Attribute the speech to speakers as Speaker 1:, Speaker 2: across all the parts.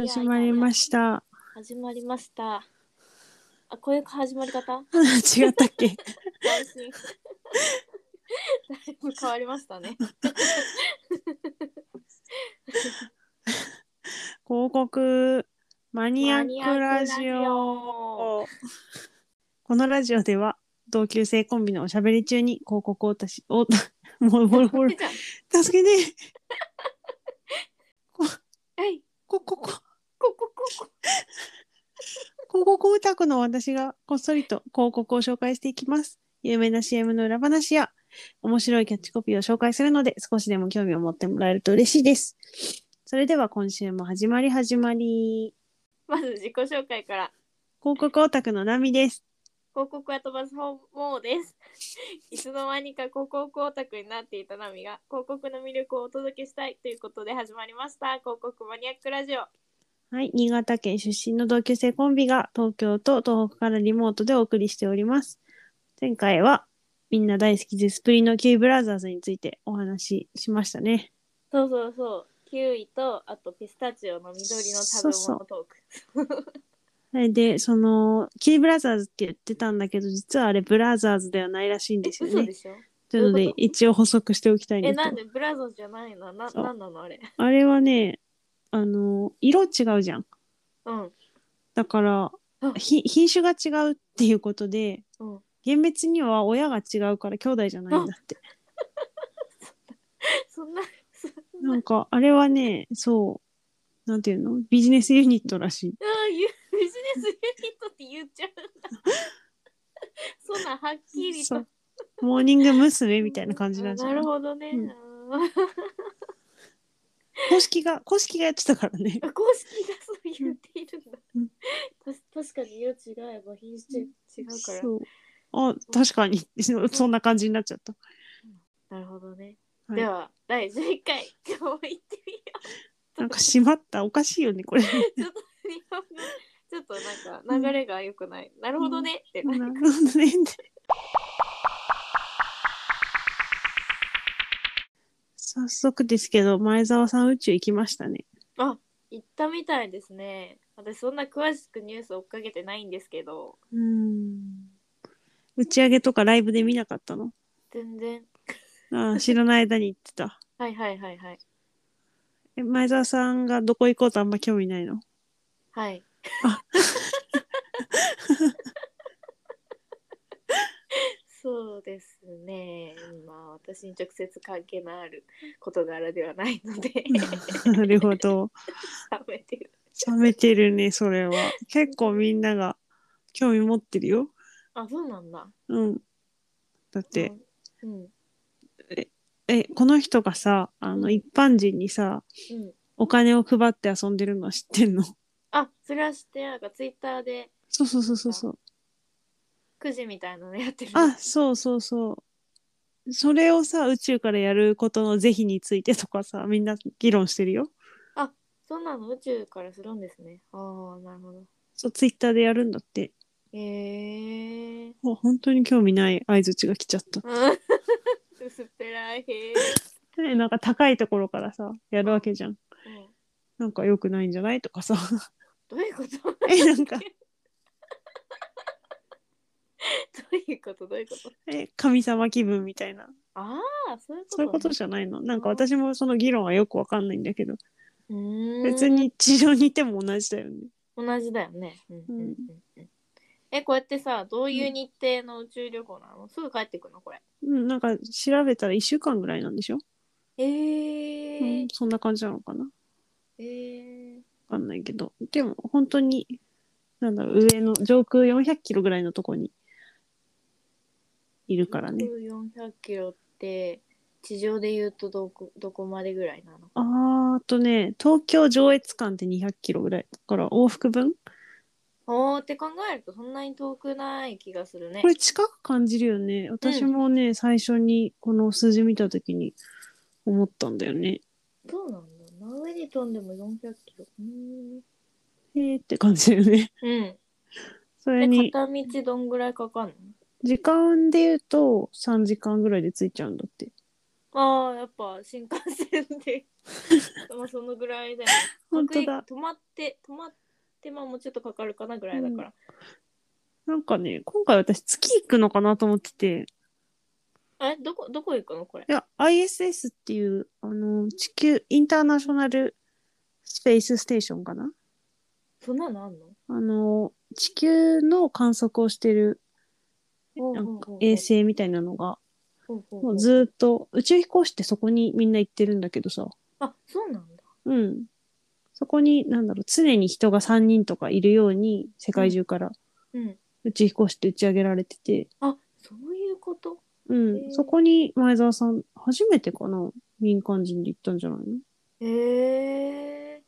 Speaker 1: 始まりました。
Speaker 2: 始まりました。あ、こういう始 まり方
Speaker 1: 違ったっけ
Speaker 2: 斬新だいぶ変わりましたね。
Speaker 1: 広告マニアックラジオ。
Speaker 2: オ。
Speaker 1: このラジオでは同級生コンビのおしゃべり中に広告をたし、お、 もうボロボロ、助けねえ、
Speaker 2: はい、
Speaker 1: こ、こ、こ、
Speaker 2: ここここ。
Speaker 1: 広告オタクの私がこっそりと広告を紹介していきます。有名な CM の裏話や面白いキャッチコピーを紹介するので少しでも興味を持ってもらえると嬉しいです。それでは今週も始まり始まり。
Speaker 2: まず自己紹介から。
Speaker 1: 広告オタクのナミです。
Speaker 2: 広告は飛ばす方もです。いつの間にか広告オタクになっていたナミが広告の魅力をお届けしたいということで始まりました。広告マニアックラジオ。
Speaker 1: はい、新潟県出身の同級生コンビが東京と東北からリモートでお送りしております。前回はみんな大好きゼスプリのキウイブラザーズについてお話ししましたね。
Speaker 2: そうそうそう。キウイとあとピスタチオの緑の食べ
Speaker 1: そうそ
Speaker 2: 物トーク。
Speaker 1: はいで、その、キウイブラザーズって言ってたんだけど、実はあれブラザーズではないらしいんですよ
Speaker 2: 嘘
Speaker 1: ね
Speaker 2: で。しょ
Speaker 1: というの
Speaker 2: どういう
Speaker 1: で
Speaker 2: こ、
Speaker 1: 一応補足しておきたいん
Speaker 2: え、
Speaker 1: ですけ
Speaker 2: なん
Speaker 1: ど
Speaker 2: でブラザーじゃないのな、
Speaker 1: そう
Speaker 2: なんなのあれ。
Speaker 1: あれはね、あの、色違うじゃん。
Speaker 2: うん。
Speaker 1: だから
Speaker 2: うん、
Speaker 1: ひ品種が違うっていうことで、
Speaker 2: うん。
Speaker 1: 厳密には親が違うから兄弟じゃないんだって。
Speaker 2: そんな、そ ん
Speaker 1: な
Speaker 2: な、
Speaker 1: んかあれはね、そう、なんていうのビジネスユニットらしい。
Speaker 2: うん、ゆビジネスユニットって言っちゃうんだ。 そんなんはっきり
Speaker 1: そ
Speaker 2: と
Speaker 1: う。モーニング娘。みたいな感じなんじゃ
Speaker 2: な
Speaker 1: ない
Speaker 2: るほどね。
Speaker 1: うん
Speaker 2: うん
Speaker 1: 公式が、公式がやってたからね。
Speaker 2: あ公式がそう言っているんだ。
Speaker 1: うん
Speaker 2: たし確かに色違えば品種違うから。
Speaker 1: そう。あ、確かに。 そそんな感じになっちゃった。
Speaker 2: なるほどね。
Speaker 1: はい
Speaker 2: では、第11回、今日も行ってみよ
Speaker 1: なんか閉まった。おかしいよね、これ。
Speaker 2: う。ちょっと日本語、ちょっとなんか流れが良くない。なるほどねって。
Speaker 1: なるほどね。早速ですけど、前澤さん宇宙行きましたね。
Speaker 2: 行ったみたいですね。私そんな詳しくニュース追っかけてないんですけど、
Speaker 1: うん。打ち上げとかライブで見なかったの
Speaker 2: 全然。
Speaker 1: ああ、知らない間に行ってた。
Speaker 2: はいはいはいはい。
Speaker 1: え前澤さんがどこ行こうとあんま興味ないの
Speaker 2: はい。
Speaker 1: あ
Speaker 2: そうですね。まあ私に直接関係のある事柄ではないので、
Speaker 1: なるほど。
Speaker 2: やめてる。
Speaker 1: 冷めてるね、それは。結構みんなが興味持ってるよ。
Speaker 2: あ、そうなんだ。
Speaker 1: うん。だって、
Speaker 2: うん、うん、
Speaker 1: え、この人がさ、あの、一般人にさ、
Speaker 2: うん。
Speaker 1: お金を配って遊んでるのは知ってんの
Speaker 2: あ、それは知ってなんかツイッターで
Speaker 1: そうそうそうそうそう。
Speaker 2: くじみたいなのやってる。
Speaker 1: あ、そうそうそう。それをさ、宇宙からやることの是非についてとかさ、みんな議論してるよ。
Speaker 2: そんなの宇宙からするんですね。ああ、なるほど。
Speaker 1: そう、ツイッターでやるんだって。
Speaker 2: へえ。
Speaker 1: もう本当に興味ない相づちが来ちゃった。
Speaker 2: うん薄っぺらい へえ。
Speaker 1: ねなんか高いところからさ、やるわけじゃん。
Speaker 2: うん
Speaker 1: なんか良くないんじゃないとかさ。
Speaker 2: どういうこと
Speaker 1: え、なんか、
Speaker 2: どういうことどういうこと
Speaker 1: え、神様気分みたいな。
Speaker 2: ああ、そういうこと、ね。
Speaker 1: そういうことじゃないの。なんか私もその議論はよくわかんないんだけど、
Speaker 2: うーん
Speaker 1: 別。に地上にいても同じだよね。
Speaker 2: 同じだよね。うんうん
Speaker 1: うん
Speaker 2: うんうんえ、こうやってさ、どういう日程の宇宙旅行なの、すぐ帰ってくのこれ。
Speaker 1: うん、なんか調べたら1週間ぐらいなんでしょ、
Speaker 2: え
Speaker 1: う
Speaker 2: ー
Speaker 1: ん、、そんな感じなのかなわ
Speaker 2: えー、
Speaker 1: かんないけど。でも本当に、なんだろう、上の上空400キロぐらいのとこにいるからね。
Speaker 2: 400キロって、地上で言うとどこどこまでぐらいなの
Speaker 1: あーあとね、東京上越間って200キロぐらいだから往復分
Speaker 2: おーって考えるとそんなに遠くない気がするね
Speaker 1: こ。れ近く感じるよね。私もね、最初にこの数字見たときに思ったんだよね。
Speaker 2: そうなんだ。真上に飛んでも400キロ。うーん。
Speaker 1: えーって感じだよね。
Speaker 2: うん。
Speaker 1: それ
Speaker 2: で
Speaker 1: に、
Speaker 2: 片道どんぐらいかかんの
Speaker 1: 時間で言うと3時間ぐらいで着いちゃうんだって。
Speaker 2: ああやっぱ新幹線 でまあそのぐらいだよね
Speaker 1: 本当だ
Speaker 2: 各駅止まって止まってまあもうちょっとかかるかなぐらいだから、
Speaker 1: なんかね、今回私月行くのかなと思ってて、
Speaker 2: えどこどこ行くのこれ
Speaker 1: いや、ISS っていう、あの、地球インターナショナルスペースステーションかな
Speaker 2: そんなのあんの
Speaker 1: あの、地球の観測をしてるなんか衛星みたいなのが、
Speaker 2: ほうほうほ
Speaker 1: も
Speaker 2: う
Speaker 1: うずーっと、宇宙飛行士ってそこにみんな行ってるんだけどさ、
Speaker 2: あそうなんだ
Speaker 1: うん。そこに、なんだろう、常に人が3人とかいるように、世界中から
Speaker 2: うん
Speaker 1: 宇宙飛行士って打ち上げられてて、
Speaker 2: あそういうこと
Speaker 1: う
Speaker 2: へ
Speaker 1: ん。
Speaker 2: ー
Speaker 1: そこに前澤さん、初めてかな民間人で行ったんじゃないの
Speaker 2: へえ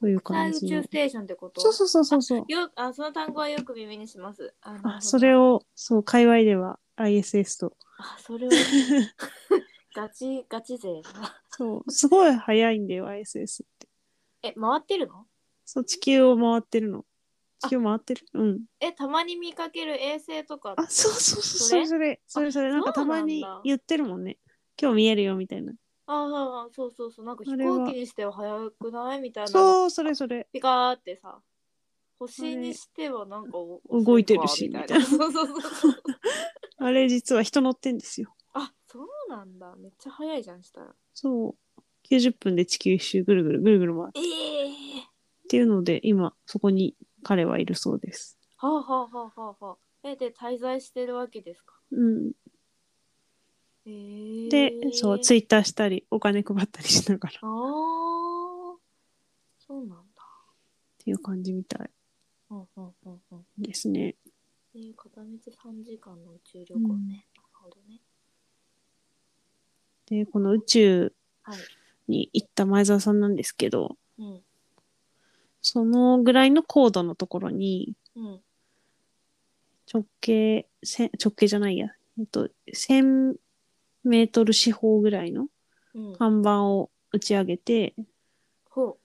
Speaker 1: という
Speaker 2: 国際
Speaker 1: 感
Speaker 2: 宇
Speaker 1: じ
Speaker 2: 宙
Speaker 1: の
Speaker 2: ス。テーションってこと
Speaker 1: そうそうそうそうそう。
Speaker 2: よあその単語はよく耳にしますあなるほど
Speaker 1: あ、それを、そう、界隈では ISS と。
Speaker 2: あそ れはガチガチ勢だな
Speaker 1: そう、すごい早いんだよ、ISS って。
Speaker 2: え回ってるの
Speaker 1: そう、地球を回ってるの。地球回ってるうん。
Speaker 2: えたまに見かける衛星とか
Speaker 1: あ、そうそうそう、
Speaker 2: そ
Speaker 1: そ
Speaker 2: れ
Speaker 1: れそれ、それそれ、なんか
Speaker 2: そ
Speaker 1: た
Speaker 2: うな
Speaker 1: ま
Speaker 2: んだ
Speaker 1: に言ってるもんね。今日見えるよ、みたいな。
Speaker 2: ああそうそうそうなんか飛
Speaker 1: あれは
Speaker 2: 行機にしては早くないみたいな
Speaker 1: そう、それそれ。
Speaker 2: ピカーってさ星にしてはなんかお
Speaker 1: あれ動いてるし
Speaker 2: みたいなそうそうそうそう
Speaker 1: あれ実は人乗ってんですよ。
Speaker 2: あそうなんだめっちゃ早いじゃんしたら
Speaker 1: そう。90分で地球一周ぐるぐるぐるぐる回る。
Speaker 2: ええ
Speaker 1: っていうので、今、そこに彼はいるそうです。
Speaker 2: はあはあはあはあはあえで滞在してるわけですか
Speaker 1: うん。
Speaker 2: ええ
Speaker 1: で、そう、ツ
Speaker 2: い
Speaker 1: イッターしたり、お金配ったりしながらっ
Speaker 2: ああそうなんだ
Speaker 1: ていう感じみたい
Speaker 2: うんうんうんうん
Speaker 1: ですね。
Speaker 2: えー、片道3時間の宇宙旅行ね、
Speaker 1: うん
Speaker 2: なるほどね
Speaker 1: で、この宇宙
Speaker 2: はい
Speaker 1: に行った前澤さんなんですけど、
Speaker 2: うん
Speaker 1: そのぐらいの高度のところに、
Speaker 2: うん
Speaker 1: 直径、せん直径じゃないや、えっと、1000メートル四方ぐらいの
Speaker 2: うん
Speaker 1: 看板を打ち上げて、
Speaker 2: ほ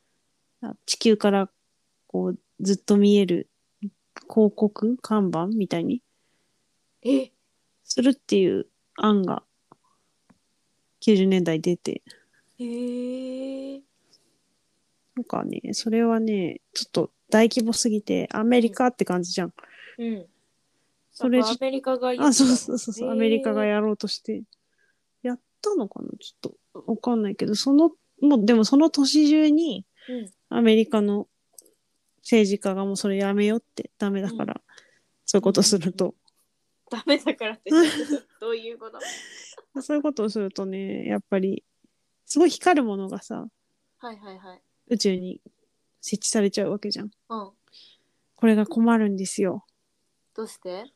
Speaker 1: 地球からこうずっと見える広告看板みたいに
Speaker 2: うえ
Speaker 1: するっていう案が90年代出て、
Speaker 2: へえ
Speaker 1: なんかね、それはね、ちょっと大規模すぎてアメリカって感じじゃん。
Speaker 2: うん
Speaker 1: それ
Speaker 2: アメリカが言
Speaker 1: あ、そうそうそう
Speaker 2: へ
Speaker 1: そう、
Speaker 2: ー
Speaker 1: アメリカがやろうとして、やったのかなちょっとわかんないけど、その、もうでもその年中に
Speaker 2: うん
Speaker 1: アメリカの政治家がもうそれやめようってダメだから、そういうことすると、
Speaker 2: ダメだ からってどういうこと
Speaker 1: そういうことをするとね、やっぱり、すごい光るものがさ、
Speaker 2: はいはいはい
Speaker 1: 宇宙に設置されちゃうわけじゃん。
Speaker 2: うん
Speaker 1: これが困るんですよ。
Speaker 2: どうして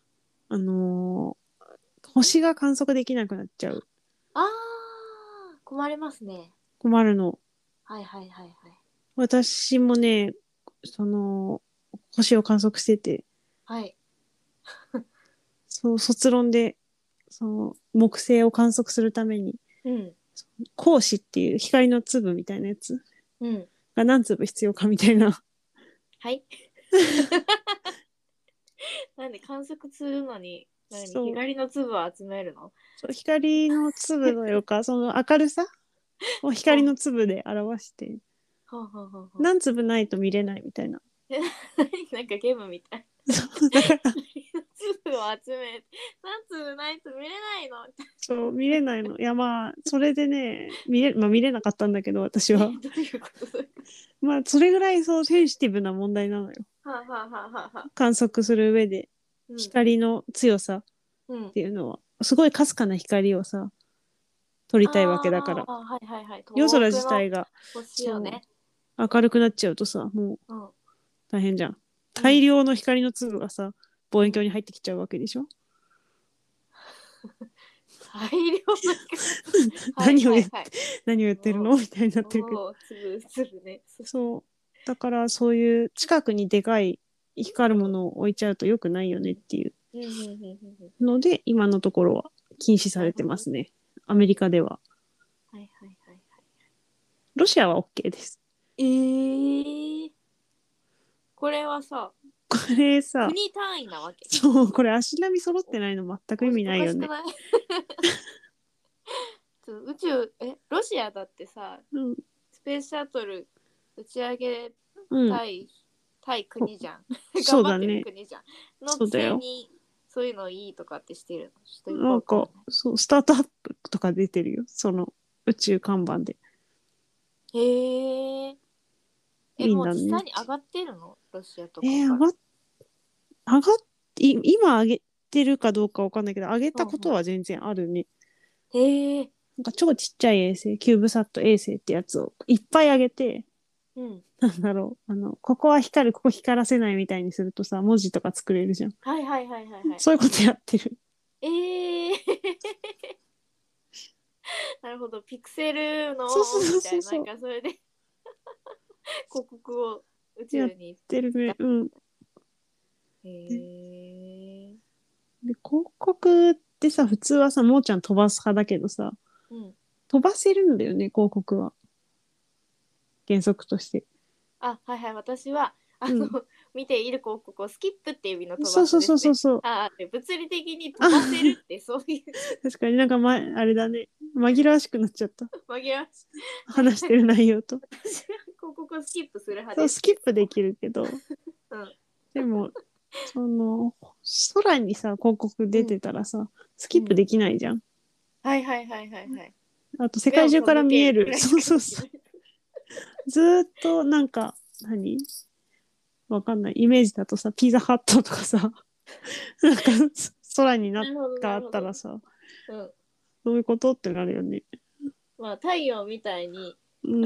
Speaker 1: あのー星が観測できなくなっちゃう。
Speaker 2: あー困りますね
Speaker 1: 困るの。
Speaker 2: はいはいはいはい
Speaker 1: 私もね、その、星を観測してて、
Speaker 2: はい
Speaker 1: そう、卒論で、その、木星を観測するために、
Speaker 2: うん
Speaker 1: 光子っていう光の粒みたいなやつ
Speaker 2: うん
Speaker 1: が何粒必要かみたいな。
Speaker 2: はいなんで観測するのに何
Speaker 1: そう
Speaker 2: 光の粒を集めるの
Speaker 1: そう光の粒のようか、その明るさを光の粒で表して、
Speaker 2: はあはあはあはあ
Speaker 1: 何粒ないと見れないみたいな。
Speaker 2: なんかゲームみたい。
Speaker 1: そう、だから、
Speaker 2: 粒を集め、何粒ないと見れないの。
Speaker 1: そう、見れないの。いや、まあ、それでね、見れ、まあ見れなかったんだけど、私は。
Speaker 2: どういうことそれ
Speaker 1: まあ、それぐらい、そう、センシティブな問題なのよ。
Speaker 2: はあ、はあはあはあはあ、
Speaker 1: 観測する上で、
Speaker 2: うん
Speaker 1: 光の強さっ
Speaker 2: うん
Speaker 1: ていうのは、すごいかすかな光をさ、撮りたいわけだから
Speaker 2: あ。ーはいはいはい。
Speaker 1: 夜空自体が
Speaker 2: 遠くの星をね。
Speaker 1: 明るくなっちゃうとさ、もう
Speaker 2: うん。
Speaker 1: 大変じゃん。大量の光の粒がさ、望遠鏡に入ってきちゃうわけでしょ
Speaker 2: 大量の
Speaker 1: 何を言っ
Speaker 2: はいはいはい
Speaker 1: 何を言ってるのみたいになってるけど。
Speaker 2: おー粒粒ね。
Speaker 1: そう。だからそういう近くにでかい光るものを置いちゃうと良くないよねっていう
Speaker 2: うんうんうんうんうん
Speaker 1: ので、今のところは禁止されてますね。アメリカでは。
Speaker 2: はいはいはいはい。
Speaker 1: ロシアは OK です。
Speaker 2: えー、これはさ、
Speaker 1: これさ、
Speaker 2: 国単位なわけ。
Speaker 1: そう、これ足並み揃ってないの全く意味ないよね
Speaker 2: おかしく。ない そう宇宙えロシアだってさ
Speaker 1: うん。
Speaker 2: スペースシャトル打ち上げ
Speaker 1: うん。
Speaker 2: 対、対国じゃん
Speaker 1: そ
Speaker 2: 頑張っ
Speaker 1: うだ
Speaker 2: て
Speaker 1: ね
Speaker 2: る国じゃん、
Speaker 1: そ
Speaker 2: の
Speaker 1: う
Speaker 2: く
Speaker 1: だ
Speaker 2: せ
Speaker 1: よ
Speaker 2: にそういうのいいとかってしてるのちょっと
Speaker 1: なん
Speaker 2: よくわ
Speaker 1: か
Speaker 2: かん、
Speaker 1: そう、スタートアップとか出てるよ。その宇宙看板で。
Speaker 2: ないへええ
Speaker 1: いいん
Speaker 2: もう
Speaker 1: だね
Speaker 2: 実際に上がってるのロシアとか
Speaker 1: えー、
Speaker 2: から
Speaker 1: 上がっ、上がっ、い今上げてるかどうかわかんないけど、上げたことは全然あるね。
Speaker 2: へえ
Speaker 1: なんか超ちっちゃい衛星、キューブサット衛星ってやつをいっぱい上げて、
Speaker 2: うん
Speaker 1: なんだろう、あの、ここは光る、ここ光らせないみたいにするとさ、文字とか作れるじゃん。
Speaker 2: はいはいはいはいはい
Speaker 1: そういうことやってる。
Speaker 2: ええ なるほど、ピクセルの
Speaker 1: そうそうそう
Speaker 2: みた
Speaker 1: そ
Speaker 2: い
Speaker 1: う
Speaker 2: な、なんかそれで 広告を宇宙に。
Speaker 1: やってるね。うん。
Speaker 2: へえ
Speaker 1: で、広告ってさ、普通はさ、もうちゃん飛ばす派だけどさ、
Speaker 2: うん。
Speaker 1: 飛ばせるんだよね、広告は。原則として。
Speaker 2: あ、はいはい、私は、あの、見ている広告をスキップっていう指の飛ばす、。
Speaker 1: そうそうそうそううそう。
Speaker 2: あーで物理的に飛ばせるってそういう
Speaker 1: 確かになんか、ま、あれだね。紛らわしくなっちゃった。
Speaker 2: 紛らわしい
Speaker 1: 話してる内 容と。
Speaker 2: 私は広告をスキップする派
Speaker 1: そ
Speaker 2: で
Speaker 1: う、
Speaker 2: す
Speaker 1: スキップできるけど。
Speaker 2: うん
Speaker 1: でも、その、空にさ、広告出てたらさ、スキップできないじゃん。
Speaker 2: はいはいはいはいはい
Speaker 1: あと、世界中から見え
Speaker 2: 目
Speaker 1: る。
Speaker 2: を背け
Speaker 1: そう
Speaker 2: る
Speaker 1: そうそう。ずーっと、なんか、何わかんない。イメージだとさ、ピザハットとかさ、なんか、空にな
Speaker 2: な
Speaker 1: っ
Speaker 2: るほど
Speaker 1: が
Speaker 2: な
Speaker 1: あ
Speaker 2: る
Speaker 1: っ
Speaker 2: ほ
Speaker 1: た
Speaker 2: ど
Speaker 1: らさ、
Speaker 2: うん
Speaker 1: どういうことってなるよね。
Speaker 2: まあ太陽みたいに
Speaker 1: うん。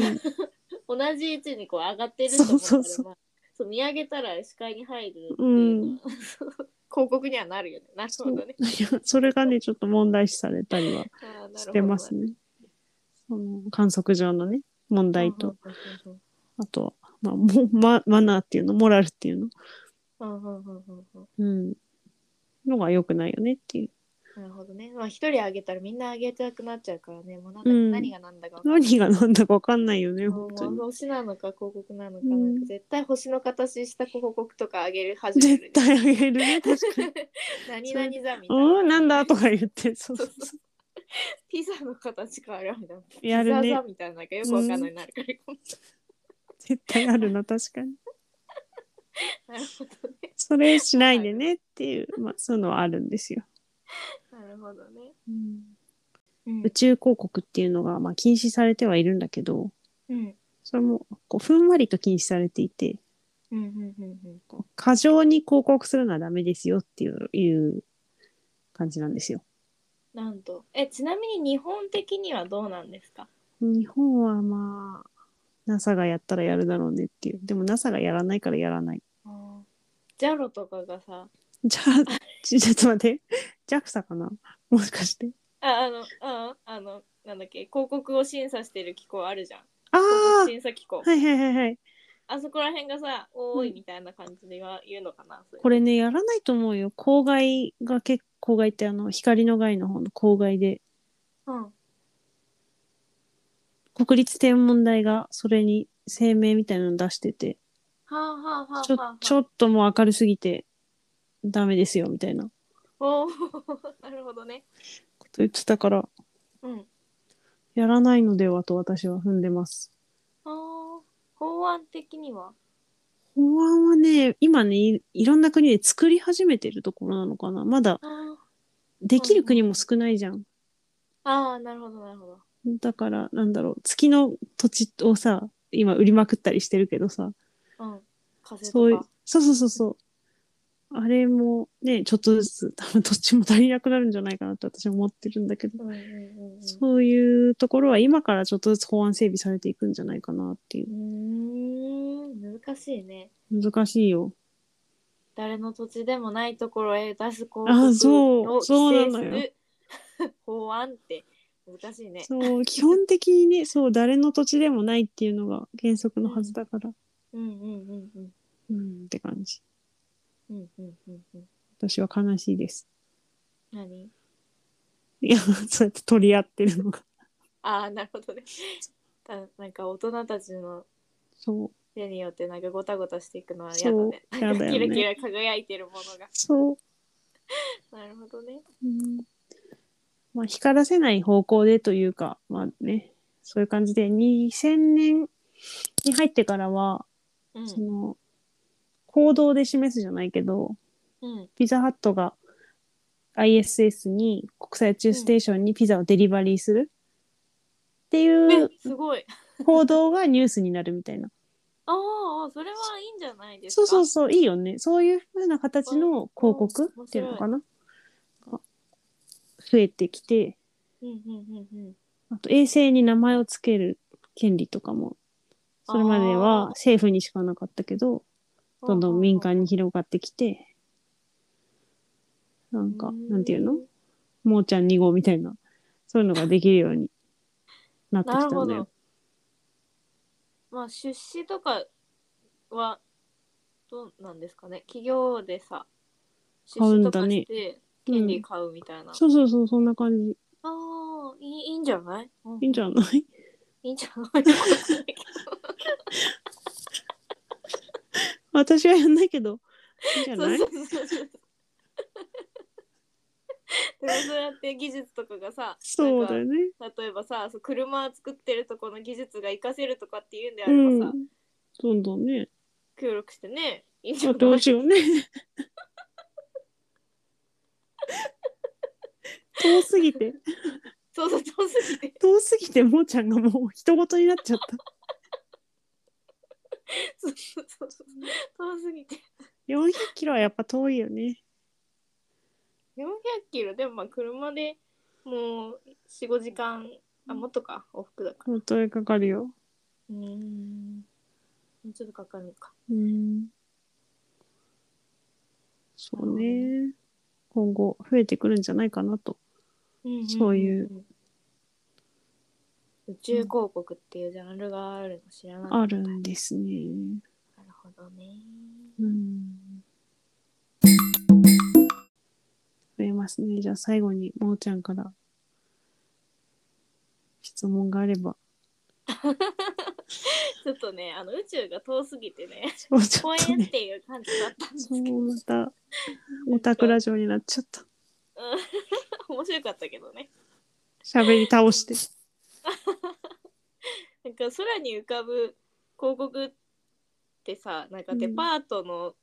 Speaker 2: 同じ位置にこう上がってると思った
Speaker 1: そ
Speaker 2: ら
Speaker 1: うそうそう
Speaker 2: まあそう見上げたら視界に入るって
Speaker 1: う
Speaker 2: いうの
Speaker 1: ん
Speaker 2: は、広告にはなるよね。なるほどね。
Speaker 1: いや、それがね、ちょっと問題視されたり
Speaker 2: あー
Speaker 1: は
Speaker 2: なるほど
Speaker 1: してますね。その観測上のね、問題と、。あとは、まあ、もママナーっていうの、モラルっていうの、
Speaker 2: うんうんうんうんうん
Speaker 1: うん、のが良くないよねっていう。
Speaker 2: なるほどね。まあ一人上げたらみんな上げたくなっちゃうからね。もうなん
Speaker 1: う
Speaker 2: だ
Speaker 1: ん
Speaker 2: 何が何だか分かんない。
Speaker 1: 何が何だか分かんないよね、
Speaker 2: も
Speaker 1: 本当
Speaker 2: う
Speaker 1: に。
Speaker 2: 星なのか広告なのか
Speaker 1: う
Speaker 2: なんんか絶対星の形した広告とか上げる始める
Speaker 1: 絶。対あげるね、確 かに。
Speaker 2: 何々座みたいな。
Speaker 1: うん、なんだとか言って、 そうそうそう。
Speaker 2: ピザの形変わるみたいな。
Speaker 1: やる
Speaker 2: ピザ
Speaker 1: ね
Speaker 2: 座。みたいななんかよくわかんないになるから。
Speaker 1: 絶対あるな、確かに。
Speaker 2: なるほどね。
Speaker 1: それしないでねっていう、まあ、そういうのはあるんですよ。
Speaker 2: なるほどね。
Speaker 1: うん
Speaker 2: うん
Speaker 1: 宇宙広告っていうのが、まあ、禁止されてはいるんだけど、
Speaker 2: うん
Speaker 1: それもこうふんわりと禁止されていて、
Speaker 2: うんうんうん
Speaker 1: こう過剰に広告するのはダメですよっていういう感じなんですよ。
Speaker 2: なんとえちなみに日本的にはどうなんですか
Speaker 1: 日本はまあ NASA がやったらやるだろうねっていうでも NASA がやらないからやらない。
Speaker 2: ジャロとかがさ
Speaker 1: じゃあち ちょっと待って JAXA かなもしかして。
Speaker 2: ああのああのなんだっけ広告を審査してる機構あるじゃん
Speaker 1: あ
Speaker 2: 広
Speaker 1: あ
Speaker 2: 告審査機構
Speaker 1: はいはいはいはい。
Speaker 2: あそこら辺がさ「おー
Speaker 1: う
Speaker 2: い」
Speaker 1: ん
Speaker 2: みたいな感じでは言うのかな、それ
Speaker 1: これねやらないと思うよ。公害が結構公害ってあの光の害の方の公害で
Speaker 2: うん
Speaker 1: 国立天文台がそれに声明みたいなの出してて、
Speaker 2: はあはあはあはあ
Speaker 1: ちょちょっともう明るすぎてダメですよみたいな
Speaker 2: おー なるほどね
Speaker 1: こと言ってたから、
Speaker 2: うん
Speaker 1: やらないのではと私は踏んでます。
Speaker 2: あー法案的には
Speaker 1: 法案はね、今ね、いいろんな国で作り始めてるところなのかな。まだ
Speaker 2: あー
Speaker 1: できる国も少ないじゃん。
Speaker 2: あーなるほどなるほど
Speaker 1: だから、なんだろう、月の土地をさ、今売りまくったりしてるけどさ、
Speaker 2: うん風とか
Speaker 1: そういう、そうそうそうそう。あれもね、ちょっとずつ、多分どっ ちも足りなくなるんじゃないかなって私は思ってるんだけど、
Speaker 2: うんうんうんうん
Speaker 1: そういうところは今からちょっとずつ法案整備されていくんじゃないかなっていう
Speaker 2: ーん難しいね
Speaker 1: う。難しいよ。
Speaker 2: 誰の土地でもないところへ出す広告を
Speaker 1: あそう
Speaker 2: 規制
Speaker 1: そうなの
Speaker 2: す
Speaker 1: よ
Speaker 2: る 法案って難しいね
Speaker 1: そう、基本的にね、そう、誰の土地でもないっていうのが原則のはずだから、
Speaker 2: うんうんうんうん
Speaker 1: うん、って感じ。
Speaker 2: うんうんうんうん
Speaker 1: 私は悲しいです。
Speaker 2: 何
Speaker 1: いや、そうやって取り合ってるのが。
Speaker 2: ああなるほどね たなんか大人たちの
Speaker 1: そう、
Speaker 2: 手によってなんかごたごたしていくのは嫌だね
Speaker 1: そうやだよね
Speaker 2: キラキラ輝いてるものが
Speaker 1: そう。
Speaker 2: なるほどね
Speaker 1: うんまあ、光らせない方向でというか、まあね、そういう感じで、2000年に入ってからは、
Speaker 2: うん
Speaker 1: その、行動で示すじゃないけど、
Speaker 2: うん
Speaker 1: ピザハットが ISS に国際宇宙ステーションにピザをデリバリーするってい
Speaker 2: え
Speaker 1: う
Speaker 2: すごい
Speaker 1: 報道がニュースになるみたいな。
Speaker 2: ああそれはいいんじゃない です
Speaker 1: そう
Speaker 2: か
Speaker 1: そうそう、いいよね。そういう風な形の広告っていうのかな。が増えてきて、
Speaker 2: うんうんうんうん
Speaker 1: あと衛星に名前をつける権利とかも、それまでは
Speaker 2: あー
Speaker 1: 政府にしかなかったけど、どんどん民間に広がってきて、なんか、なんていうのもうちゃん2号みたいな、そういうのができるようになってき
Speaker 2: な
Speaker 1: た
Speaker 2: るほ
Speaker 1: んだよ
Speaker 2: ど。まあ出資とかはどうなんですかね企業でさ出
Speaker 1: 買う
Speaker 2: 資
Speaker 1: ん
Speaker 2: と
Speaker 1: だ
Speaker 2: か
Speaker 1: ね
Speaker 2: して
Speaker 1: うん
Speaker 2: 権利買うみたいな、
Speaker 1: そうそうそう、そんな感じ。
Speaker 2: ああいいいいんじゃない
Speaker 1: いいんじ
Speaker 2: ない
Speaker 1: ゃない
Speaker 2: いいんじゃないわかんないけど
Speaker 1: 私はやんないけど、いいんじゃ
Speaker 2: そ
Speaker 1: な
Speaker 2: う
Speaker 1: い
Speaker 2: そうそうそうでもそうやって技術とかがさ
Speaker 1: そうだ
Speaker 2: な
Speaker 1: よ
Speaker 2: ん
Speaker 1: ね。
Speaker 2: か例えばさそう車作ってるとこの技術が活かせるとかっていうんであ
Speaker 1: う
Speaker 2: ればさ、
Speaker 1: ん。どんど んね。
Speaker 2: 協力してねいいんじ
Speaker 1: や
Speaker 2: ゃ
Speaker 1: っ
Speaker 2: な
Speaker 1: てほ
Speaker 2: い
Speaker 1: し いよね。遠すぎて、
Speaker 2: そうそう遠すぎて
Speaker 1: 遠すぎて、もーちゃんがもう人事になっちゃった。
Speaker 2: そうそうそうそう遠すぎて
Speaker 1: 400キロはやっぱ遠いよね。
Speaker 2: 400キロでもまあ車でもう45時間あもっとか往復だから
Speaker 1: 本当にかかるよ。
Speaker 2: うーんもうちょっとかかるのか
Speaker 1: うん。そうね。今後増えてくるんじゃないかなと。そうい
Speaker 2: うん宇宙広告っていうジャンルがあるの知らなか
Speaker 1: あ
Speaker 2: った
Speaker 1: るんですね。
Speaker 2: なるほどね
Speaker 1: うん。増えますね。じゃあ最後に、もーちゃんから質問があれば。
Speaker 2: ちょっとねあの宇宙が遠すぎてね
Speaker 1: もうちょ
Speaker 2: 公
Speaker 1: っと
Speaker 2: 園っ
Speaker 1: ね。
Speaker 2: ていう感じだったんです
Speaker 1: そ
Speaker 2: けど
Speaker 1: う、また、オタクラジオになっちゃった。
Speaker 2: うん面白かったけどね
Speaker 1: 喋り倒して。
Speaker 2: なんか空に浮かぶ広告ってさなんかデパートの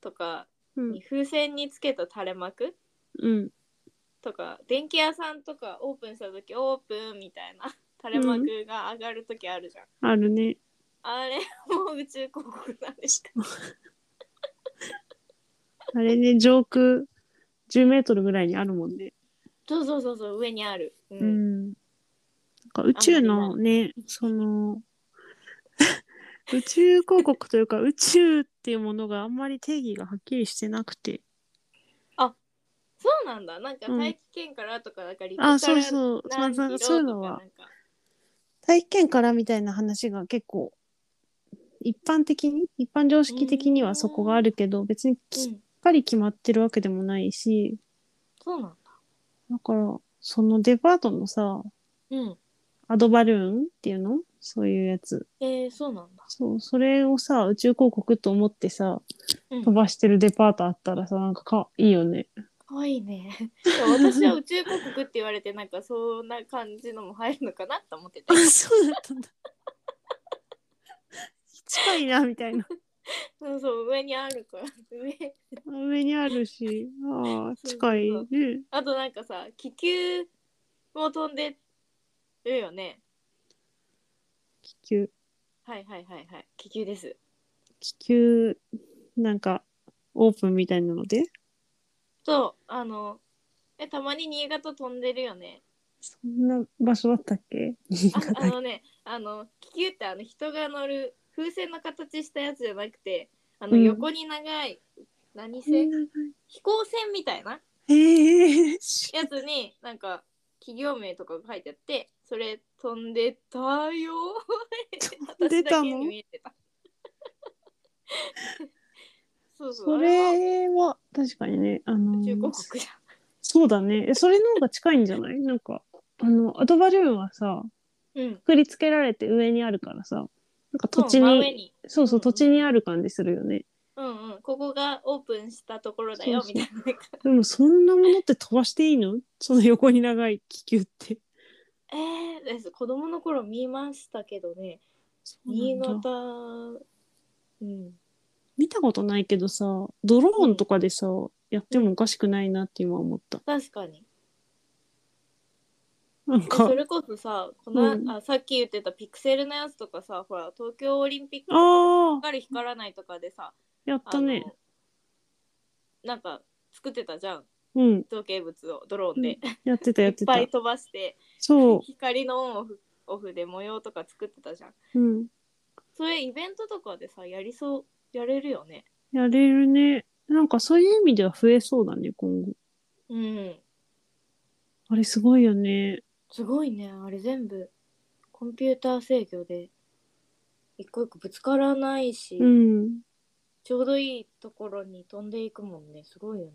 Speaker 2: とか
Speaker 1: うん
Speaker 2: に。風船につけた垂れ幕
Speaker 1: うん。
Speaker 2: とか電気屋さんとかオープンした時オープンみたいな垂れ幕が上がる時あるじゃん、
Speaker 1: あるね。
Speaker 2: あれもう宇宙広告なんですか
Speaker 1: あれね、上空10メートルぐらいにあるもんね。
Speaker 2: そうそうそうそう上にある、うん
Speaker 1: うん、なんか宇宙のねその 宇宙広告というか宇宙っていうものがあんまり定義がはっきりしてなくて
Speaker 2: そうなんだなんか
Speaker 1: うん
Speaker 2: 大気圏からとかなんか陸から
Speaker 1: あそうそうま
Speaker 2: 何
Speaker 1: あ
Speaker 2: キロと
Speaker 1: そう
Speaker 2: か
Speaker 1: そういうのは
Speaker 2: なんか
Speaker 1: 体験からみたいな話が結構一般的に一般常識的にはそこがあるけど別に
Speaker 2: う
Speaker 1: きっ
Speaker 2: ん
Speaker 1: かり決まってるわけでもないし
Speaker 2: そうなんだ
Speaker 1: だからそのデパートのさ
Speaker 2: うん
Speaker 1: アドバルーンっていうのそういうやつ
Speaker 2: えー、そうなんだ、
Speaker 1: そうそれをさ宇宙広告と思ってさ
Speaker 2: うん、
Speaker 1: 飛
Speaker 2: か
Speaker 1: ばしてるデパートあったらさなんかかいいよ ね
Speaker 2: わいい ねいや私は宇宙広告って言われてなんかそんな感じのも入るのかなと思 ってて
Speaker 1: あそうだったんだ近いなみたいな
Speaker 2: そうそう上にあるから上
Speaker 1: 上にあるしああ近いね
Speaker 2: あとなんかさ気球も飛んでるよね
Speaker 1: 気球
Speaker 2: はいはいはいはい気球です
Speaker 1: 気球なんかオープンみたいなので
Speaker 2: そうあのえたまに新潟飛んでるよね
Speaker 1: そんな場所だったっけ新
Speaker 2: ああ
Speaker 1: 潟に
Speaker 2: のねあの気球ってあの人が乗る風船の形したやつじゃなくてあの
Speaker 1: うん
Speaker 2: 横に長い、何線、飛行船みたいな
Speaker 1: へえし
Speaker 2: やつになんか企業名とかが書いてあってそれ飛んでたよ
Speaker 1: 飛んで
Speaker 2: 私だ
Speaker 1: たの
Speaker 2: けに見えて たそうそう
Speaker 1: そ
Speaker 2: あは
Speaker 1: れは確かにねあ
Speaker 2: 宇宙
Speaker 1: の
Speaker 2: 広告じ
Speaker 1: そうだねえそれの方が近いんじゃないなんかあのアドバルーンはさ
Speaker 2: ゃんうん
Speaker 1: くくりつけられて上にあるからさなんか土
Speaker 2: そ
Speaker 1: 地
Speaker 2: う真上
Speaker 1: に
Speaker 2: に
Speaker 1: そうそう
Speaker 2: うん
Speaker 1: 土地にある感じするよね
Speaker 2: うんうん、ここがオープンしたところだよ
Speaker 1: そう
Speaker 2: み
Speaker 1: そ
Speaker 2: た
Speaker 1: う
Speaker 2: いななんか
Speaker 1: でもそんなものって飛ばしていいの その横に長い気球って。
Speaker 2: えー、です子供の頃見ましたけどね
Speaker 1: そう
Speaker 2: 新
Speaker 1: なんだ
Speaker 2: 潟うん
Speaker 1: 見たことないけどさドローンとかでさ、やってもおかしくないなって今思った。
Speaker 2: 確かに
Speaker 1: なん
Speaker 2: で
Speaker 1: か
Speaker 2: それこそさこの、
Speaker 1: うん
Speaker 2: あさっき言ってたピクセルのやつとかさほら東京オリンピックとか
Speaker 1: ああ
Speaker 2: 光る光らないとかでさ
Speaker 1: やっ
Speaker 2: あ
Speaker 1: た
Speaker 2: の
Speaker 1: ね。
Speaker 2: なんか作ってたじゃん
Speaker 1: うん
Speaker 2: 造形物をドローンで、
Speaker 1: やってた
Speaker 2: い
Speaker 1: やっ
Speaker 2: って
Speaker 1: た
Speaker 2: ぱ。い飛ばして
Speaker 1: そ
Speaker 2: 光のオンオフオフで模様とか作ってたじゃん
Speaker 1: う、うん、
Speaker 2: そういうイベントとかでさやりそうやれるよね
Speaker 1: やれるね。なんかそういう意味では増えそうだね今後。
Speaker 2: うん
Speaker 1: あれすごいよね。
Speaker 2: すごいねあれ全部コンピューター制御で一個一個ぶつからないし、
Speaker 1: うん。
Speaker 2: ちょうどいいところに飛んでいくもんねすごいよね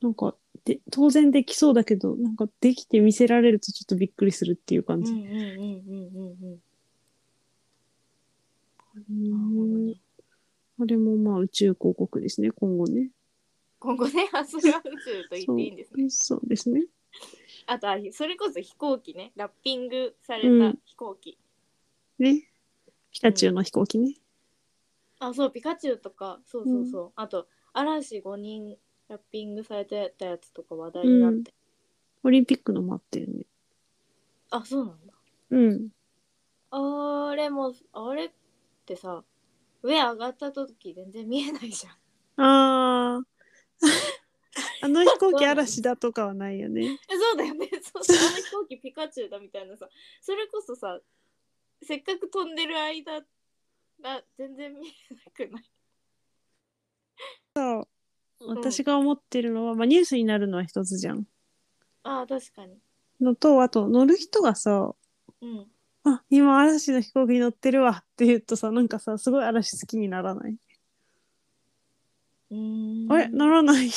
Speaker 1: なんかで当然できそうだけどなんかできて見せられるとちょっとびっくりするっていう
Speaker 2: う
Speaker 1: 感
Speaker 2: んう
Speaker 1: じ。
Speaker 2: んうんうんうんうん
Speaker 1: うんあれもまあ宇宙広告ですね今後ね。
Speaker 2: 今後ね、あそれは宇宙と言っていいんですね。
Speaker 1: そうですね。
Speaker 2: あとは、それこそ飛行機ね、ラッピングされ
Speaker 1: う
Speaker 2: た
Speaker 1: ん
Speaker 2: 飛行機。
Speaker 1: ね。ピカチュウの飛行機ね。
Speaker 2: あ、そう、ピカチュウとか、そうそうそう。あと、嵐5人ラッピングされてたやつとか話題になって。
Speaker 1: オリンピックの待ってるね。
Speaker 2: あ、そうなんだ。
Speaker 1: うん。
Speaker 2: あれも、あれってさ、上上がった時全然見えないじゃん。
Speaker 1: あ あ。あの飛行機嵐だとかはないよね。
Speaker 2: えそうだよね。そう そう、あの飛行機ピカチュウだみたいなさ、それこそさ、せっかく飛んでる間が全然見えなくない。うん
Speaker 1: 私が思ってるのは、まあ、ニュースになるのは一つじゃん。
Speaker 2: ああ、確かに。
Speaker 1: のとあと乗る人がさ
Speaker 2: うん。
Speaker 1: 「あ今嵐の飛行機に乗ってるわ」って言うとさなんかさすごい嵐好きにならない。
Speaker 2: うーん
Speaker 1: あれなら ない。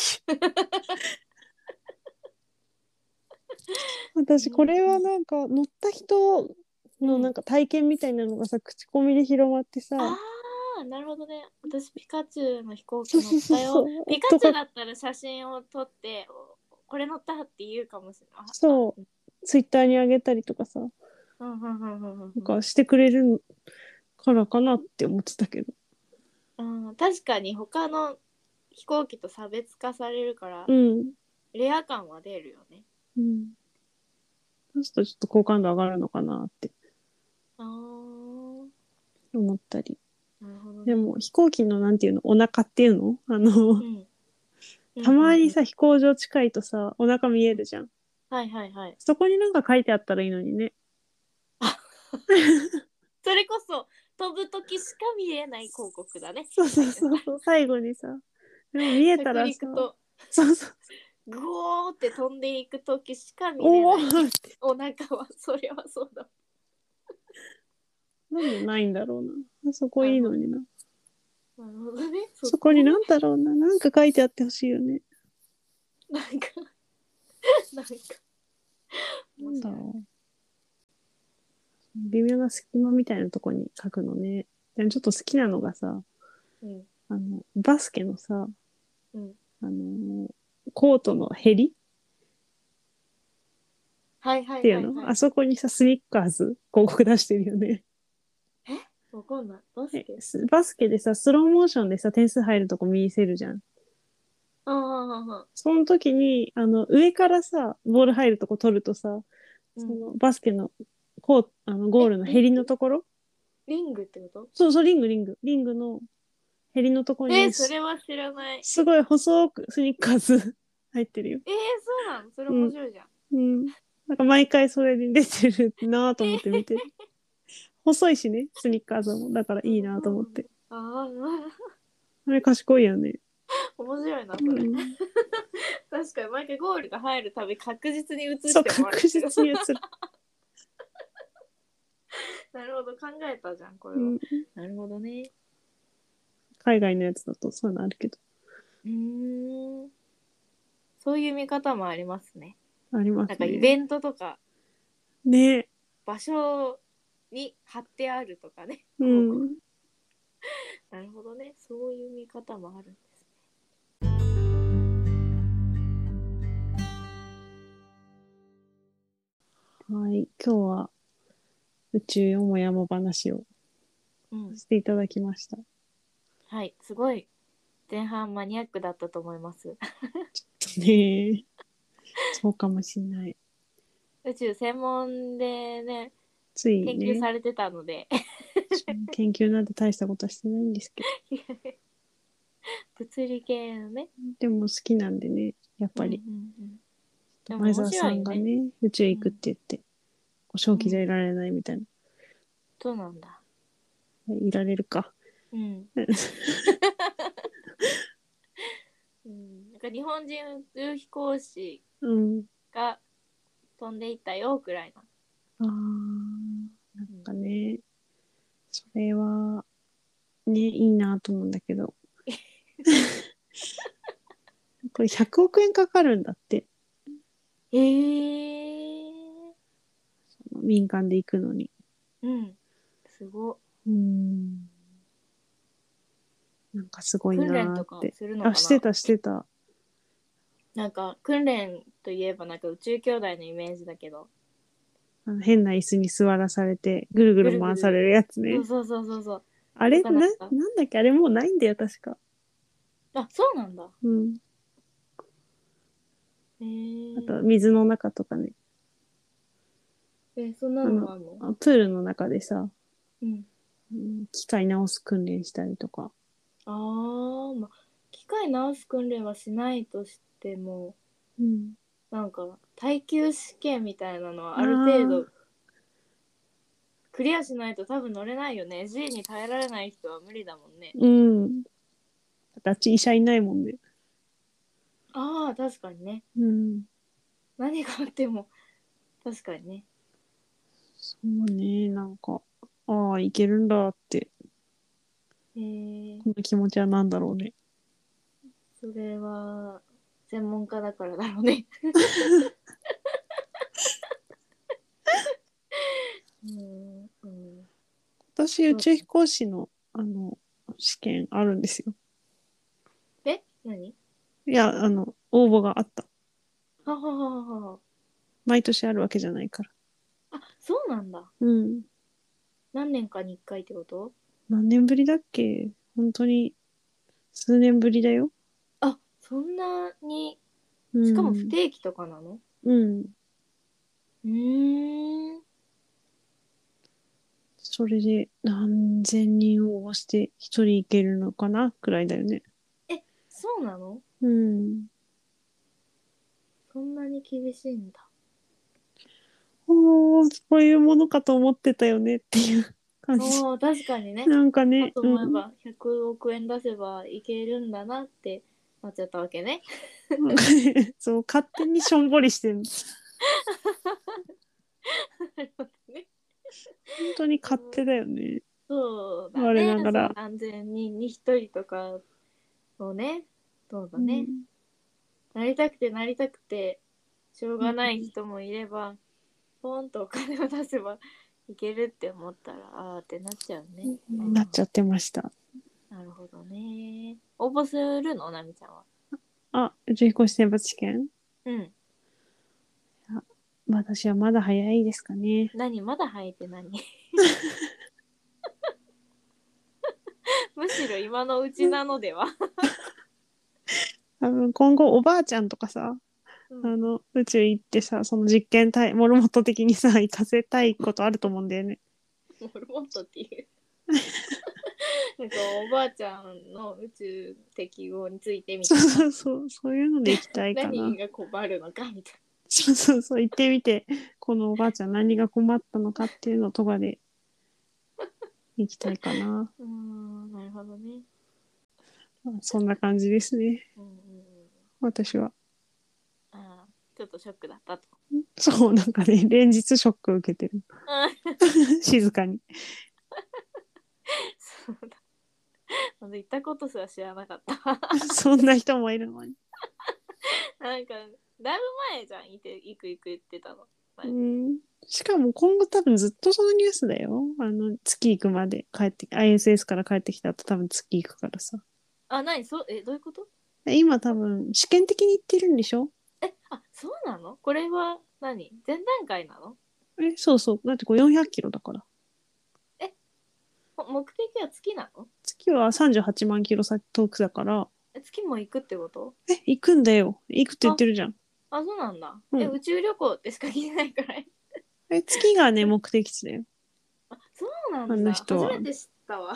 Speaker 1: 私これはなんか乗った人のなんか体験みたいなのがさ口コミで広まってさ
Speaker 2: ああなるほどね私ピカチュウの飛行機
Speaker 1: そう
Speaker 2: 乗
Speaker 1: そ
Speaker 2: っ
Speaker 1: うそう
Speaker 2: た
Speaker 1: そ
Speaker 2: よ
Speaker 1: う
Speaker 2: ピカチュウだったら写真を撮っておこれ乗ったって言うかもしれないあ
Speaker 1: そツイッターに上げたりとかさ
Speaker 2: あうんうんうんうんうん
Speaker 1: なんかしてくれるからかなって思ってたけど
Speaker 2: うん確かに他の飛行機と差別化されるから、
Speaker 1: うん、
Speaker 2: レア感は出るよね
Speaker 1: うん、そうするとちょっと好感度上がるのかなって
Speaker 2: ああ
Speaker 1: 思ったり
Speaker 2: なるほどね
Speaker 1: でも飛行機のなんていうのお腹っていうのあの
Speaker 2: うん
Speaker 1: たまに
Speaker 2: う
Speaker 1: さ飛行場近いとさお腹見えるじゃん
Speaker 2: んはいはいはい
Speaker 1: そこになんか書いてあったらいいのにね
Speaker 2: それこそ飛ぶ時しか見えない広告だね
Speaker 1: そうそうそうそう最後にさでも見えた
Speaker 2: 着
Speaker 1: らさ
Speaker 2: 陸と
Speaker 1: そうそう
Speaker 2: グオーって飛んでいく時しか見え
Speaker 1: おお
Speaker 2: ない
Speaker 1: ーって
Speaker 2: お腹は それはそうだ
Speaker 1: なんでないんだろうなそこいいのにな
Speaker 2: なるほどね
Speaker 1: そこになんだろうななんか書いてあってほしいよね
Speaker 2: なんか なんか
Speaker 1: なんだろう微妙な隙間みたいなとこに書くのねでもちょっと好きなのがさ
Speaker 2: うん
Speaker 1: あのバスケのさ
Speaker 2: うん
Speaker 1: あのコートのヘリ
Speaker 2: はいはいはい、はい、
Speaker 1: っていうの、あそこにさスニッカーズ広告出してるよね
Speaker 2: わかんないバスケ
Speaker 1: えすバスケでさスローモーションでさ点数入るとこ見せるじゃん
Speaker 2: ああああ
Speaker 1: その時にあの上からさボール入るとこ取るとさ、
Speaker 2: う
Speaker 1: そ
Speaker 2: ん
Speaker 1: のバスケのこうあのゴールのヘリのところ
Speaker 2: リングってこ
Speaker 1: そうそうリングリングリングのヘリのとことに、
Speaker 2: えー、それは知らない
Speaker 1: すごい細くスニッカーズ 入ってるよ、
Speaker 2: えー、そうなのそれ面白いじゃん、
Speaker 1: うん、なんか毎回それに出てるなぁと思って見て る細いしねスニッカーズもだからいいなぁと思って
Speaker 2: ああ
Speaker 1: あれ賢いよね、
Speaker 2: 面白いなこ
Speaker 1: う
Speaker 2: れ、
Speaker 1: ん
Speaker 2: 確かに毎回ゴールが入るたび確実に映って
Speaker 1: そう
Speaker 2: もらえ
Speaker 1: 確
Speaker 2: る
Speaker 1: 実に映る、
Speaker 2: なるほど考えたじゃんこれ
Speaker 1: う
Speaker 2: は、
Speaker 1: ん、
Speaker 2: なるほどね
Speaker 1: 海外のやつだとそういうのあるけど
Speaker 2: うーんそういう見方もありますね。
Speaker 1: ありま
Speaker 2: なん
Speaker 1: す
Speaker 2: かイ
Speaker 1: ね
Speaker 2: ベントとか
Speaker 1: ね
Speaker 2: 場所に貼ってあるとかね。
Speaker 1: うん
Speaker 2: なるほどね。そういう見方もあるんです。
Speaker 1: はい。今日は宇宙よもやも話を
Speaker 2: うん。
Speaker 1: していただきました。
Speaker 2: はい。すごい。前半マニアックだったと思います。
Speaker 1: ねえ。そうかもしんない。
Speaker 2: 宇宙専門でね、
Speaker 1: つい
Speaker 2: 研
Speaker 1: ね
Speaker 2: 究、されてたので、
Speaker 1: 研究なんて大したことはしてないんですけど、
Speaker 2: 物理系のね。
Speaker 1: でも好きなんでね、やっぱり、
Speaker 2: うんうんうんでも
Speaker 1: 前澤
Speaker 2: 面
Speaker 1: さ
Speaker 2: 白い
Speaker 1: ん
Speaker 2: よ
Speaker 1: が
Speaker 2: ね。
Speaker 1: ね、宇宙行くって言って、こう正気じゃいられないみたいな。
Speaker 2: そうなんだ。
Speaker 1: いられるか。
Speaker 2: うん。 うん、なんか日本人宇宙飛行士
Speaker 1: うん。
Speaker 2: が飛んでいったよくらいな。
Speaker 1: ああ、なんかね、それは、ね、いいなと思うんだ けど。これ100億円かかるんだって、
Speaker 2: へえー。
Speaker 1: 民間で行くのに。
Speaker 2: うん。すごっ。
Speaker 1: うん。なんかすごい
Speaker 2: 訓練
Speaker 1: な
Speaker 2: と
Speaker 1: ー
Speaker 2: か
Speaker 1: って。
Speaker 2: するのか
Speaker 1: あ、
Speaker 2: な
Speaker 1: してた、してた。
Speaker 2: なんか訓練といえばなんか宇宙兄弟のイメージだけど、
Speaker 1: あの変な椅子に座らされて、ぐるぐる回されるやつね。
Speaker 2: そうそうそうそうそう
Speaker 1: あれ
Speaker 2: 動か
Speaker 1: な、な
Speaker 2: なんかった
Speaker 1: だっけあれもうないんだよ、確か。
Speaker 2: あそうなんだ
Speaker 1: うん。
Speaker 2: へえ
Speaker 1: あと、水の中とかね。
Speaker 2: えそんなのがあるの
Speaker 1: あプールの中でさ、
Speaker 2: うん
Speaker 1: うん機械直す訓練したりとか。
Speaker 2: あー、まあ機械直す訓練はしないとしても
Speaker 1: うん。
Speaker 2: なんか耐久試験みたいなのはある程
Speaker 1: あー
Speaker 2: 度クリアしないと多分乗れないよね G に耐えられない人は無理だもんね
Speaker 1: うん。だってあっち医者いないもんね。
Speaker 2: ああ確かにね
Speaker 1: うん。
Speaker 2: 何があっても確かにね
Speaker 1: そうね、なんか、ああ、いけるんだって、
Speaker 2: へえー
Speaker 1: この気持ちはなんだろうね。
Speaker 2: それは専門家だからだろうね。うんうん、
Speaker 1: 私、宇宙飛行士の、あの、試験あるんですよ。
Speaker 2: え何
Speaker 1: いや、あの、応募があった。
Speaker 2: ははははは
Speaker 1: 毎年あるわけじゃないから。
Speaker 2: あそうなんだ。
Speaker 1: うん。
Speaker 2: 何年かに1回ってこと
Speaker 1: 何年ぶりだっけ本当に、数年ぶりだよ。
Speaker 2: あそんなに
Speaker 1: うん
Speaker 2: しかも不定期とかなの
Speaker 1: うん。
Speaker 2: うーん
Speaker 1: それで何千人を応募して一人いけるのかなくらいだよね。
Speaker 2: そうなの
Speaker 1: うん。
Speaker 2: そんなに厳しいん だ。
Speaker 1: おー、そういうものかと思ってたよねっていう感じ。
Speaker 2: おー確かにね。
Speaker 1: なんか
Speaker 2: か
Speaker 1: ね、
Speaker 2: と思えば100億円出せばいけるんだなってなっちゃったわけ ね。
Speaker 1: うんそう、勝手にしょんぼりしてる。
Speaker 2: なるほどね。
Speaker 1: 本当に勝手だよね。
Speaker 2: そうだ
Speaker 1: 我
Speaker 2: ね。
Speaker 1: ながら
Speaker 2: 安全にに一人とかをね、そうだね、なりたくてなりたくてしょうがない人もいれば、ポンとお金を出せばいけるって思ったらあーってなっちゃうね。
Speaker 1: うんなっちゃってました。
Speaker 2: なるほどね。応募するのなみちゃんは。
Speaker 1: あ、宇宙飛行士選抜試験
Speaker 2: うん。
Speaker 1: 私はまだ早いですかね。
Speaker 2: 何まだ生えて 何むしろ今のうちなのでは。
Speaker 1: 多分今後おばあちゃんとかさ、
Speaker 2: うん
Speaker 1: あの、宇宙行ってさ、その実験体、モルモット的にさ、行かせたいことあると思うんだよね。
Speaker 2: モルモットっていう なんかおばあちゃんの宇宙適合についてみた
Speaker 1: そ
Speaker 2: いう
Speaker 1: そうそう、そういうので行きたい
Speaker 2: な
Speaker 1: かな
Speaker 2: 何。が困るのかみたい
Speaker 1: そうそうそう、行ってみて、このおばあちゃん何が困ったのかっていうのとかで行きたいかな。
Speaker 2: なうーんなるほどね、
Speaker 1: まあそんな感じですね、
Speaker 2: うんうんうん、
Speaker 1: 私は。
Speaker 2: あーちょっとショックだったと
Speaker 1: そう、なんかね、連日ショックを受けてる。静かに。
Speaker 2: そうだまず行ったことすら知らなかった
Speaker 1: そんな人もいるのに。
Speaker 2: なんかだいぶ前じゃんいて行く行く言ってたのぱ
Speaker 1: う
Speaker 2: り。
Speaker 1: んしかも今後多分ずっとそのニュースだよ。あの、月行くまで帰って、ISS から帰ってきた後多分月行くからさ。
Speaker 2: あ、なに、そう、え、どういうこと
Speaker 1: 今多分試験的に行ってるんでしょ
Speaker 2: え、あ、そうなのこれは何前段階なの
Speaker 1: え、そうそう。だってこれ400キロだから。
Speaker 2: ほ目的は月なの
Speaker 1: 月は38万キロ先遠くだから、
Speaker 2: え月も行くってこと
Speaker 1: え、行くんだよ。行くって言ってるじゃん。
Speaker 2: あ、そうなんだ。
Speaker 1: うん
Speaker 2: え、宇宙旅行ってしか聞いてない から。
Speaker 1: え、月がね、目的地だよ。
Speaker 2: あ、そうなん
Speaker 1: あ
Speaker 2: だ。
Speaker 1: の人は
Speaker 2: 初めて知ったわ。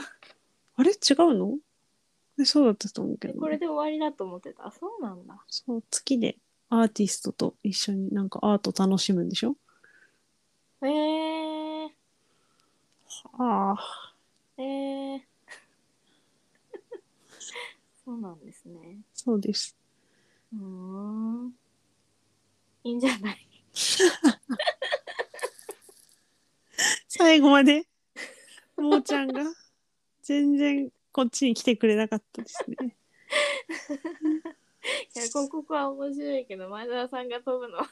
Speaker 1: あれ違うのえそうだったと思うけ
Speaker 2: え
Speaker 1: ど、
Speaker 2: これで終わりだと思ってた。あ、そうなんだ。
Speaker 1: そう、月でアーティストと一緒になんかアート楽しむんでしょ
Speaker 2: へえ
Speaker 1: ああ。
Speaker 2: ー、へえー。 そうなんですね。
Speaker 1: そうです。
Speaker 2: うーん。いいんじゃない
Speaker 1: 最後まで、もーちゃん が、全然こっちに来てくれなかったですね。
Speaker 2: いや、広告は面白いけど、前澤さんが飛ぶのは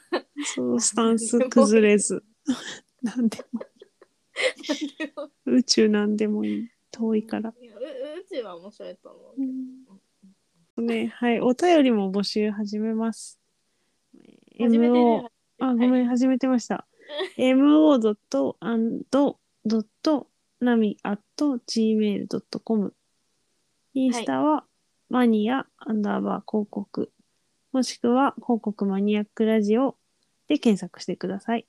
Speaker 1: そう、スタンス崩れず。なんでも、宇宙なんでもいい。遠いから。
Speaker 2: いやう宇宙は面白いと思う。
Speaker 1: うん、ね、はい、お便りも募集始めます。
Speaker 2: 初めて
Speaker 1: MO
Speaker 2: ね。
Speaker 1: あ、ごめん、始めてました。mo.and.nami.gmail.com インスタは、マニアアンダーバー広告もしくは広告マニアックラジオで検索してください。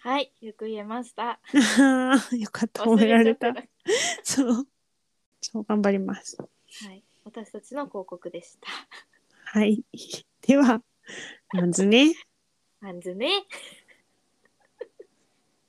Speaker 2: はい、よく言えました。
Speaker 1: あー よかった、褒められた
Speaker 2: 忘。ちゃっ
Speaker 1: そう。そう、頑張ります。
Speaker 2: たはい、私たちの広告でした。
Speaker 1: はい。では、まずね。
Speaker 2: まずね。